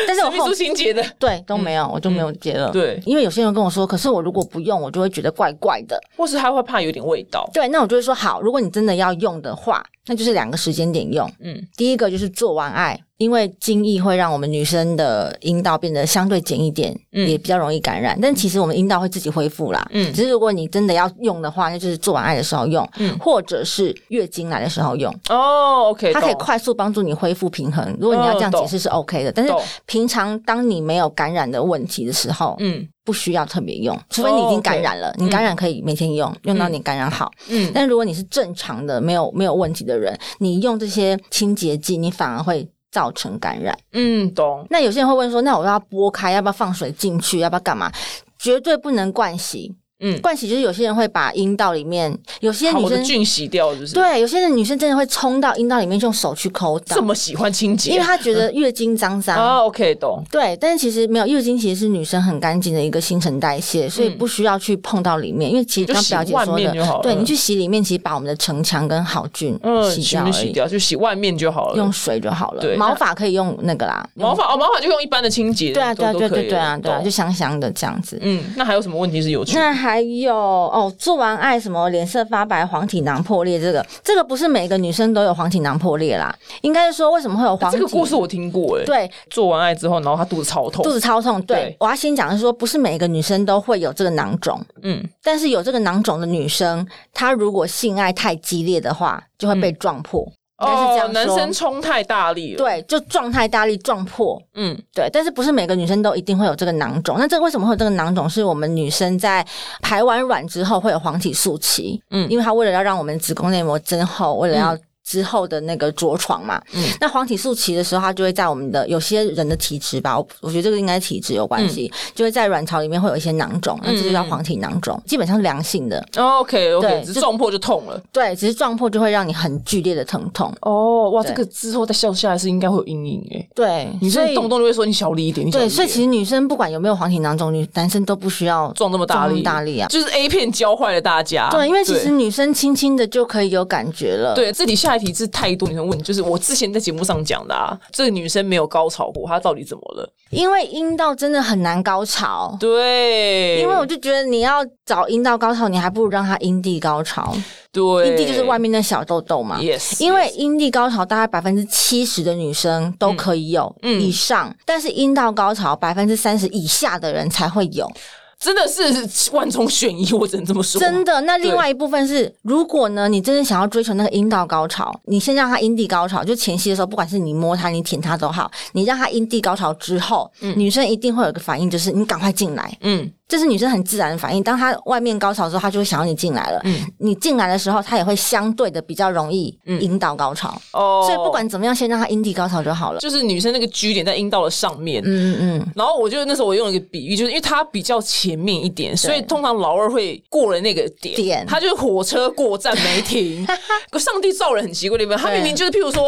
S3: 但是我
S2: 秘
S3: 后
S2: 书情节的？
S3: 对都没有，我就没有接
S2: 嗯
S3: 了。
S2: 对
S3: 因为有些人跟我说，可是我如果不用，我就会觉得怪怪的。
S2: 或是他会怕有点味道？
S3: 对，那我就会说好，如果你真的要用的话，那就是两个时间点用。
S2: 嗯
S3: 第一个就是做完爱，因为精液会让我们女生的阴道变得相对紧一点，
S2: 嗯
S3: 也比较容易感染。但其实我们阴道会自己恢复啦。
S2: 嗯
S3: 只是如果你真的要用的话，那就是做完爱的时候用，
S2: 嗯
S3: 或者是月经来的时候用，
S2: 哦，OK，
S3: 它可以
S2: 懂哦
S3: 快速帮助你恢复平衡。如果你要这样解释是 OK 的，但是
S2: 懂
S3: 平常当你没有感染的问题的时候，
S2: 嗯
S3: 不需要特别
S2: 哦
S3: 用，除非你已经感染了，你感染可以每天用，用到你感染好。
S2: 嗯
S3: 但如果你是正常的、没有没有问题的人，你用这些清洁剂，你反而会造成感染。
S2: 嗯，懂。
S3: 那有些人会问说，那我要剥开，要不要放水进去，要不要干嘛？绝对不能灌洗。
S2: 嗯
S3: 灌洗就是有些人会把阴道里面，有些
S2: 好
S3: 女
S2: 我的
S3: 生
S2: 菌洗掉就是。，
S3: 对，啊有些人女生真的会冲到阴道里面用手去抠
S2: 这
S3: 到，
S2: 么喜欢清洁，
S3: 因为她觉得月经脏 脏。
S2: 啊，OK，懂。
S3: 对，但是其实没有月经，其实是女生很干净的一个新陈代谢，所以不需要去碰到里面，因为其实
S2: 嗯就
S3: 刚
S2: 洗
S3: 表姐
S2: 外
S3: 说
S2: 面就好
S3: 的，对
S2: 了
S3: 你去洗里面，其实把我们的城墙跟好菌
S2: 嗯，
S3: 洗
S2: 洗
S3: 掉而
S2: 面
S3: 已，
S2: 洗掉就洗外面就好了。
S3: 用水就好
S2: 对
S3: 了。
S2: 那
S3: 毛发可以用那个啦，
S2: 毛发哦，毛发就用一般的清洁。
S3: 对啊，对啊，
S2: 都
S3: 对啊
S2: 都可
S3: 对
S2: 以
S3: 啊对啊，
S2: 了
S3: 就
S2: 懂嗯
S3: 香香的这样子。
S2: 嗯，那还有什么问题是有趣的？
S3: 那还有哦，做完爱什么脸色发白、黄体囊破裂，这个这个不是每个女生都有黄体囊破裂啦，应该是说为什么会有黄体？
S2: 这个故事我听过哎、
S3: 对，
S2: 做完爱之后，然后她肚子超痛
S3: 肚，子超痛。对，
S2: 对
S3: 我要先讲的是说，不是每个女生都会有这个囊肿，
S2: 嗯，
S3: 但是有这个囊肿的女生，她如果性爱太激烈的话，就会被撞破。应该是这样
S2: 哦，
S3: 说
S2: 男生冲太大力了，，
S3: 对，就撞太大力撞破。
S2: 嗯，
S3: 对，但是不是每个女生都一定会有这个囊肿？那这为什么会有这个囊肿？是我们女生在排完卵之后会有黄体素期，
S2: 嗯
S3: 嗯，因为它为了要让我们子宫内膜增厚，为了要、之后的那个着床嘛，
S2: 嗯
S3: 那黄体素期的时候，它就会在我们的有些人的体质吧，我我觉得这个应该体质有关系，就会在卵巢里面会有一些囊肿，那这就叫黄体囊肿，基本上是良性的，
S2: OK OK，
S3: 对
S2: 哦只是
S3: 就
S2: 撞破就痛了。
S3: 对，只是撞破就会让你很剧烈的疼痛，
S2: 哦，哇，
S3: 对
S2: 这个之后再笑下来是应该会有阴影哎。
S3: 对，
S2: 女
S3: 所
S2: 生
S3: 以
S2: 动不动就会说你小力一点，你小力
S3: 对，
S2: 一点
S3: 所以其实女生不管有没有黄体囊肿，女男生都不需要
S2: 撞那么大力，
S3: 大力啊。
S2: 就是 A 片教坏了大家。
S3: 对，因为其实女生轻轻的就可以有感觉了。
S2: 对，这里下一题是太多女生问，就是我之前在节目上讲的啊，这个女生没有高潮过，她到底怎么了？
S3: 因为阴道真的很难高潮。
S2: 对，
S3: 因为我就觉得你要找阴道高潮，你还不如让它阴蒂高潮。
S2: 对
S3: 阴蒂就是外面那小痘痘嘛。
S2: ，yes，
S3: 因为阴蒂高潮大概百分之七十的女生都可以有
S2: 嗯嗯
S3: 以上，但是阴道高潮百分之三十以下的人才会有。
S2: 真的是万中选一，我只能这么说。
S3: 真的。那
S2: 对
S3: 另外一部分是，如果呢，你真的想要追求那个阴道高潮，你先让它阴蒂高潮，就前期的时候，不管是你摸它、你舔它都好，你让它阴蒂高潮之后，女生一定会有一个反应，就是你赶快进来。
S2: 嗯，
S3: 这是女生很自然的反应，当她外面高潮的时候，她就会想要你进来了。
S2: 嗯
S3: 你进来的时候，她也会相对的比较容易引导高潮。
S2: 哦，
S3: 所以不管怎么样，先让她阴蒂高潮就好了。
S2: 就是女生那个 G 点在阴道的上面。
S3: 嗯嗯嗯，
S2: 然后我就那时候我用一个比喻，就是因为她比较前面一点，所以通常老二会过了那个点，
S3: 点
S2: 他就是火车过站没 停。
S3: 嗯
S2: 上帝造人很奇怪的地方，他
S3: 对
S2: 明明就是譬如说，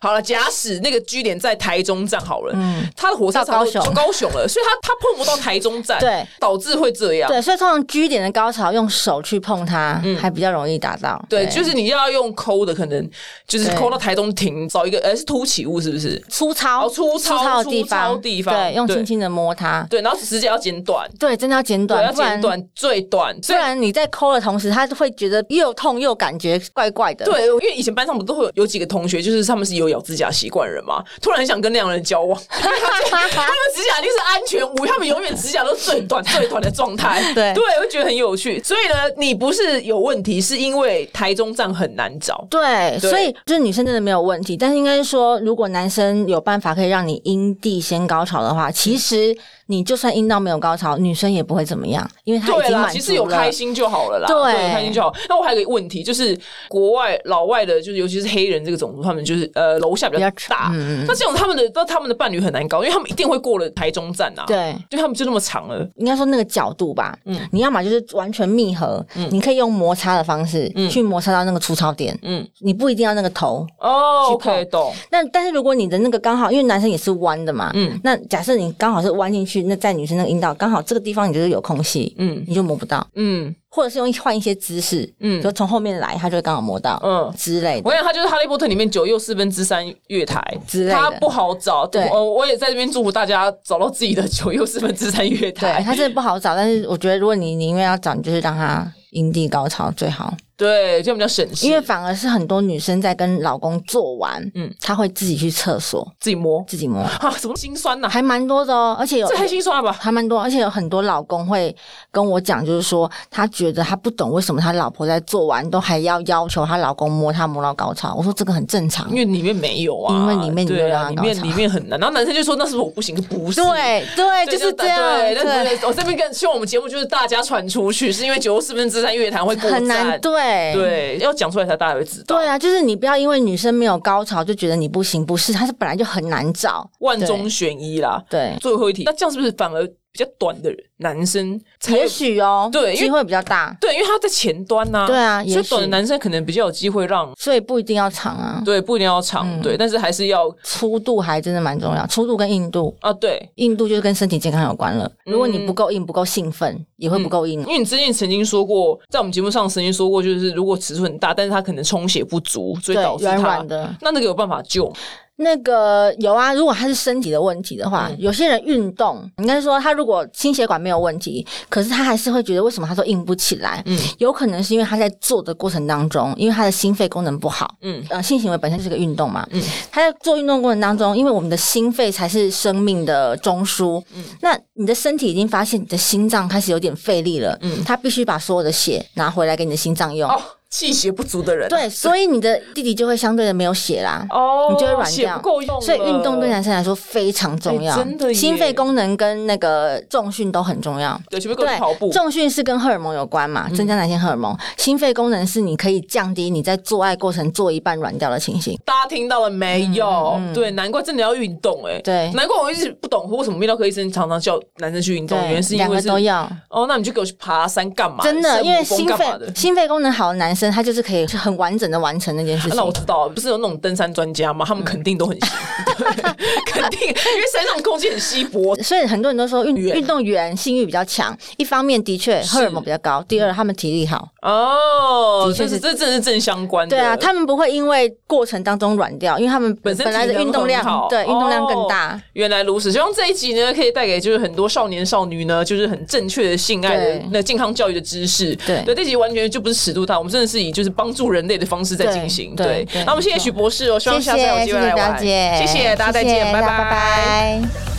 S2: 好了，假使那个 G 点在台中站好了，他的火车
S3: 嗯到高雄
S2: 差不多就高雄了，所以他他碰不到台中站，
S3: 对，
S2: 导致会这样。
S3: 对，所以通常 G 点的高潮用手去碰它，
S2: 嗯
S3: 还比较容易达到。
S2: 对，就是你要用抠的，可能就是
S3: 对
S2: 抠到台中停，找一个，呃，是凸起物是不是？
S3: 粗糙、
S2: 哦粗糙
S3: 的地
S2: 粗
S3: 方，
S2: 糙地方
S3: 对，用
S2: 对
S3: 轻轻的摸它，
S2: 对，然后指甲要剪短，
S3: 对，真的要剪
S2: 对，要
S3: 短，不
S2: 剪
S3: 然
S2: 短最短，
S3: 不
S2: 最
S3: 然你在抠的同时，它会觉得又痛又感觉怪怪的。
S2: 对，因 为以前班上不都会有有几个同学，就是他们是有咬指甲习惯的人嘛，突然想跟那样的人交往， 因为他们他们指甲一定是安全无虞，他们永远指甲都最短最短的状态。
S3: 对
S2: 对，我觉得很有趣。所以呢，你不是有问题，是因为台中站很难找。
S3: 对，
S2: 对
S3: 所以就是女生真的没有问题，但是应该是说，如果男生有办法可以让你阴蒂先高潮的话，
S2: 嗯
S3: 其实你就算阴道没有高潮，女生也不会怎么样，因为她啊已
S2: 对
S3: 经
S2: 啦，
S3: 满
S2: 其实有
S3: 足
S2: 开
S3: 了。
S2: 心就好了啦，
S3: 对
S2: 有开心就好。那我还有一个问题，就是国外老外的，就是尤其是黑人这个种族，他们就是呃楼下比较
S3: 比较嗯
S2: 大，那这种他们的那他们的伴侣很难搞，因为他们一定会过了台中站啊，，嗯
S3: 对，
S2: 对他们就那么长了，
S3: 应该说那个角度吧，你要么就是完全密合，
S2: 嗯
S3: 你可以用摩擦的方式去摩擦到那个粗糙点，
S2: 嗯，
S3: 你不一定要那个头，
S2: 哦、
S3: 去
S2: o k
S3: 碰
S2: 懂，
S3: 那但是如果你的那个刚好，因为男生也是弯的嘛，
S2: 嗯
S3: 嗯，那假设你刚好是弯进去，那在女生那个阴道刚好这个地方你就是有空隙，
S2: 嗯
S3: 你就摸不到，
S2: 嗯
S3: 或者是用换一些姿势，
S2: 嗯
S3: 嗯，就从后面来，他就会刚好摸到，嗯
S2: 嗯。
S3: 之类
S2: 我
S3: 的。
S2: 想他就是《哈利波特》里面九又四分之三月台
S3: 之类的
S2: 他不好找。
S3: 对
S2: 我我也在这边祝福大家找到自己的九又四分之三月
S3: 对，
S2: 台。
S3: 他真的不好找，但是我觉得如果你宁愿要找，你就是让他阴蒂高潮最好，
S2: 对，这样比较省事，
S3: 因为反而是很多女生在跟老公做完，
S2: 嗯
S3: 嗯，她会自己去厕所
S2: 自己摸
S3: 自己摸，
S2: 啊，什么心酸呐、
S3: 还蛮多的哦，而且有
S2: 这太心酸了吧？
S3: 还蛮多，而且有很多老公会跟我讲，就是说他觉得他不懂为什么他老婆在做完都还要要求他老公摸他摸到高潮。我说这个很 正常
S2: 因，为里面没有啊，
S3: 因为里面
S2: 对啊，
S3: 你
S2: 里
S3: 没有让
S2: 面
S3: 他搞
S2: 里面很难。然后男生就说：“那是我不行，不是。”
S3: 对对，
S2: 对，
S3: 就是这样，
S2: 对，但
S3: 对，
S2: 是我这边跟希望我们节目就是大家传出去，是因为九又四分之三乐坛会过
S3: 很难，
S2: 站，
S3: 对。
S2: 对，啊要讲出来才大家会知道。
S3: 对啊，就是你不要因为女生没有高潮就觉得你不行，不是，她是本来就很难找。
S2: 万中选一啦。
S3: 对，
S2: 最后一题，那这样是不是反而比较短的人男生才
S3: 也许哦，
S2: 对因为
S3: 机会比较大，
S2: 对，因为他在前端呐、
S3: 对啊
S2: 所
S3: 也
S2: 以
S3: 许
S2: 短的男生可能比较有机会让
S3: 所以不一定要长啊。
S2: 对，不一定要长、对，但是还是要
S3: 粗度还真的蛮重要，粗度跟硬度，
S2: 啊，对，
S3: 硬度就是跟身体健康有关了。如果你
S2: 嗯
S3: 不够硬、不够兴奋，也会不够硬
S2: 因。为你之前曾经说过，在我们节目上曾经说过，就是如果尺寸很大，但是他可能充血不足，所以
S3: 对
S2: 导致他
S3: 软软的
S2: 那那个有办法救吗？
S3: 那个有啊，如果他是身体的问题的话，有些人运动，应该说他如果心血管没有问题，可是他还是会觉得为什么他都硬不起来？嗯，有可能是因为他在做的过程当中，因为他的心肺功能不好，
S2: 嗯
S3: 嗯，呃，性行为本身就是个运动嘛，嗯，他在做运动过程当中，因为我们的心肺才是生命的中枢，嗯，那你的身体已经发现你的心脏开始有点费力了，嗯，他必须把所有的血拿回来给你的心脏用，
S2: 哦，气血不足的人，啊
S3: 对，所以你的弟弟就会相对的没有血啦，
S2: 哦，
S3: 你就会软
S2: 血
S3: 掉
S2: 不够用了，
S3: 所以运动对男生来说非常重要，
S2: 哎真的耶
S3: 心肺功能跟那个重训都很重要。
S2: 对，全部够
S3: 对
S2: 跑步，，嗯
S3: 重训是跟荷尔蒙有关嘛，增加男性荷尔蒙。心肺功能是你可以降低你在做爱过程做一半软掉的情形。
S2: 大家听到了没有？
S3: 嗯
S2: 对，难怪真的要运动哎、
S3: 对
S2: 难怪我一直不懂为什么泌尿科医生常常叫男生去运动，原
S3: 对
S2: 因是因
S3: 两
S2: 为
S3: 个
S2: 是
S3: 都要，
S2: 哦，那你就给我去爬山干嘛？
S3: 真
S2: 圣
S3: 的，
S2: 母
S3: 因为
S2: 峰
S3: 心
S2: 干
S3: 肺
S2: 嘛的？啊
S3: 心肺功能好的男生，他就是可以很完整的完成那件事情
S2: 啊那。我知道，不是有那种登山专家吗？他
S3: 嗯
S2: 们肯定都很行， 对，肯定，因为山上空气很稀薄。
S3: 所以很多人都说运
S2: 员
S3: 运动员性欲比较强，一方面的确荷尔蒙比较高，第二他们体力好，
S2: 哦，
S3: 的确
S2: 这
S3: 是
S2: 是这真的是正相关的。
S3: 对啊，他们不会因为过程当中软掉，因为他们
S2: 本身
S3: 来的
S2: 体能
S3: 运动量
S2: 很好，
S3: 对运动量更大。
S2: 哦原来如此，希望这一集呢，可以带给就是很多少年少女呢，就是很正确的性爱的
S3: 对
S2: 那健康教育的知识。
S3: 对
S2: 对，这集完全就不是尺度它，我们真的是以就是帮助人类的方式在进行。
S3: 对
S2: 对
S3: 对，对
S2: 那我们谢谢许博士哦，希望下次还有
S3: 谢
S2: 机
S3: 谢
S2: 会来
S3: 表
S2: 玩。
S3: 姐，
S2: 谢谢大家，再
S3: 谢谢
S2: 见，
S3: 大家拜拜